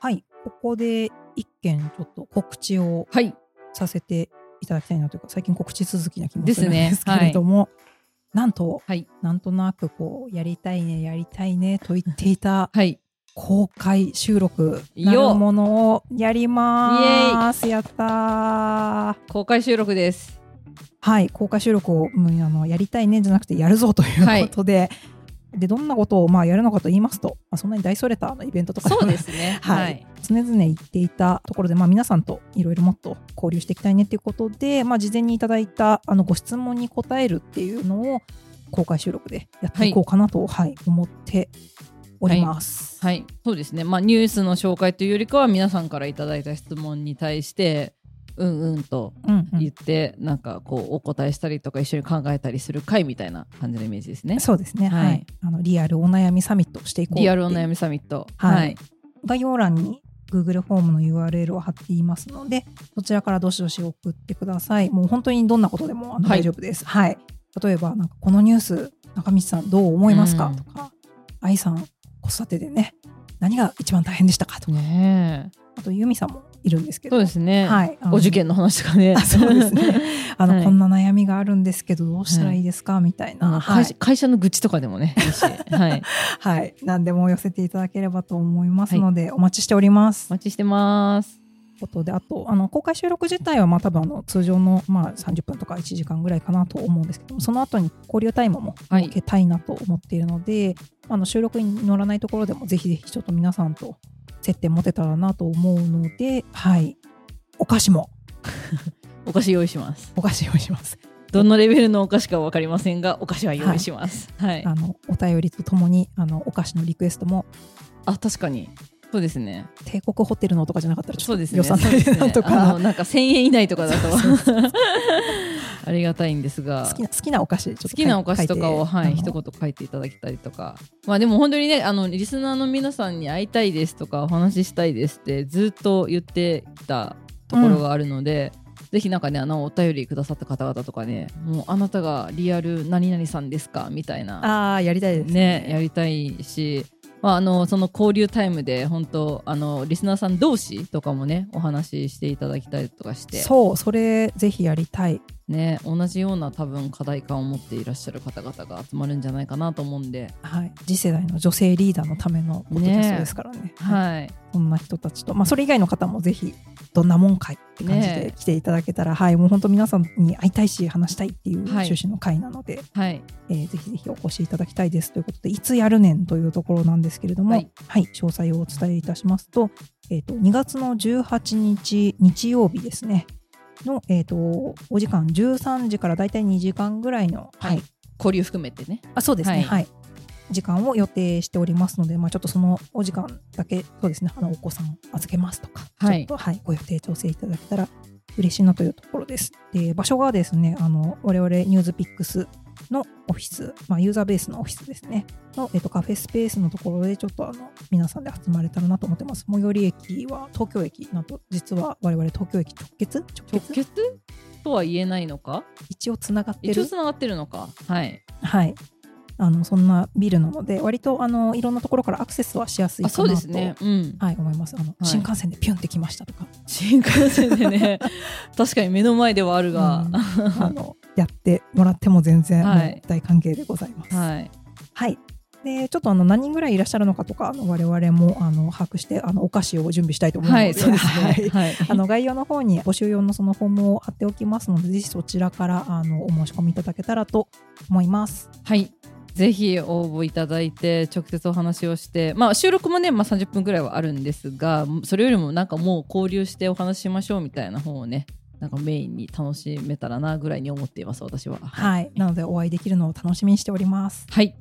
はいここで一件ちょっと告知をはい。させていただきたいなというか最近告知続きな気もするんですねですけれども、なんと、はいなんとなくこうやりたいねやりたいねと言っていたはい。公開収録なよるっものをやりますやったー公開収録です。はい公開収録を、うんあのやりたいねじゃなくてやるぞということで、でどんなことをまあやるのかと言いますと、まあ、そんなに大それたあのイベントとかではそうです ね。ははいい。常々言っていたところで、まあ、皆さんといろいろもっと交流していきたいねっていうことで、まあ、事前にいただいたあのご質問に答えるっていうのを公開収録でやっていこうかなと、はい思っております。はい。そうですね。まあニュースの紹介というよりかは皆さんからいただいた質問に対して、うんうんとうんうん言って、なんかこうお答えしたりとか一緒に考えたりする会みたいな感じのイメージですね。そうですね、はいはいあのリアルお悩みサミットをしていこうっていうリアルお悩みサミット。はいはい。概要欄に Google フォームの URL を貼っていますのでそちらからどしどし送ってくださいもう本当にどんなことでもあのはい大丈夫ですはい、例えばなんかこのニュース中道さんどう思いますか、うんとか愛さん子育てでね何が一番大変でしたかとかねえ。あと由美さんもいるんですけどそうですね。はいあのお受験の話とかね。 あそうです ね。あの、はいこんな悩みがあるんですけどどうしたらいいですか、みたいあなのは会い社会社の愚痴とかでもね。いいしはい。はい、何でも寄せていただければと思いますので、お待ちしておりますお。待ちしてます。ことであとあの公開収録自体はまあ多分あの通常のまあ30分とか1時間ぐらいかなと思うんですけどもその後に交流タイムもはい設けたいなと思っているので、あの収録に乗らないところでもぜひぜひちょっと皆さんと接点持てたらなと思うのではいお菓子もお菓子用意します。お菓子用意します、どのレベルのお菓子かわかりませんが、お菓子は用意します。はい。あのお便りとともにあのお菓子のリクエストもあ、確かに。そうですね。帝国ホテルのとかじゃなかったらちそょうっですとね。予算そう足りですないな ねとあか、のなんか1000円以内とかだとそうそありがたいんですが好き。な好きなお菓子ちょっと書好いきなお菓子とかを、は書い、てあの一言書いていただきたりとか、まあでも本当にね、あのリスナーの皆さんに会いたいですとか、お話ししたいですって、ずっと言ってきたところがあるので、ぜひなんかね、あのお便りくださった方々とかね、もうあなたがリアル何々さんですかみたいな、あーやりたいですね、やりたいし、まあ、あのその交流タイムで、本当、あのリスナーさん同士とかもね、お話ししていただきたりとかして、そうそれぜひやりたいね、同じような多分課題感を持っていらっしゃる方々が集まるんじゃないかなと思うんで、はい、次世代の女性リーダーのためのポッドキャストですからね。はいはい、そんな人たちと、まあ、それ以外の方もぜひどんなもんかいって感じねでえ来ていただけたら、はい、もう本当皆さんに会いたいし話したいっていうはい趣旨の回なので、はい、えーぜひぜひお越しいただきたいですということでいつやるねんというところなんですけれども、ははいい詳細をお伝えいたしますと,、えーと2月の18日日曜日ですねの、えー、とお時間13時からだいたい2時間ぐらいの、はい交流含めてね。あそうですね、ははいい時間を予定しておりますので、まあ、ちょっとそのお時間だけそうですねあのお子さん預けますとか、はいちょっと、はい、ご予定調整いただけたら嬉しいなというところですで場所がですねあの我々ニュースピックスのオフィス、まあ、ユーザーベースのオフィスですねの、えっと、カフェスペースのところでちょっとあの皆さんで集まれたらなと思ってます最寄り駅は東京駅なんと実は我々東京駅直結直直結結とは言えないのか、一応つながって一応るつながってるのか。はい。はい。あのそんなビルなので割とあのいろんなところからアクセスはしやすいかあ、なとそうですね。うん。はい思いますあの、い新幹線でピュンって来ましたとか、新幹線でね、確かに目の前ではあるが、うんあのやってもらっても全然はいもう大歓迎でございます。はい、はい、でちょっとあの何人ぐらいいらっしゃるのかとかあの我々もあの把握してあのお菓子を準備したいと思うのはで、い、そうですはいね。はい、あの概要の方に募集用のそのフォームを貼っておきますのでぜひそちらからあのお申し込みいただけたらと思います。はい。ぜひ応募いただいて直接お話をして、まあ、収録もね、まあ、30分ぐらいはあるんですがそれよりもなんかもう交流してお話ししましょうみたいな方をねなんかメインに楽しめたらなぐらいに思っています私は。はい、なのでお会いできるのを楽しみにしております。はい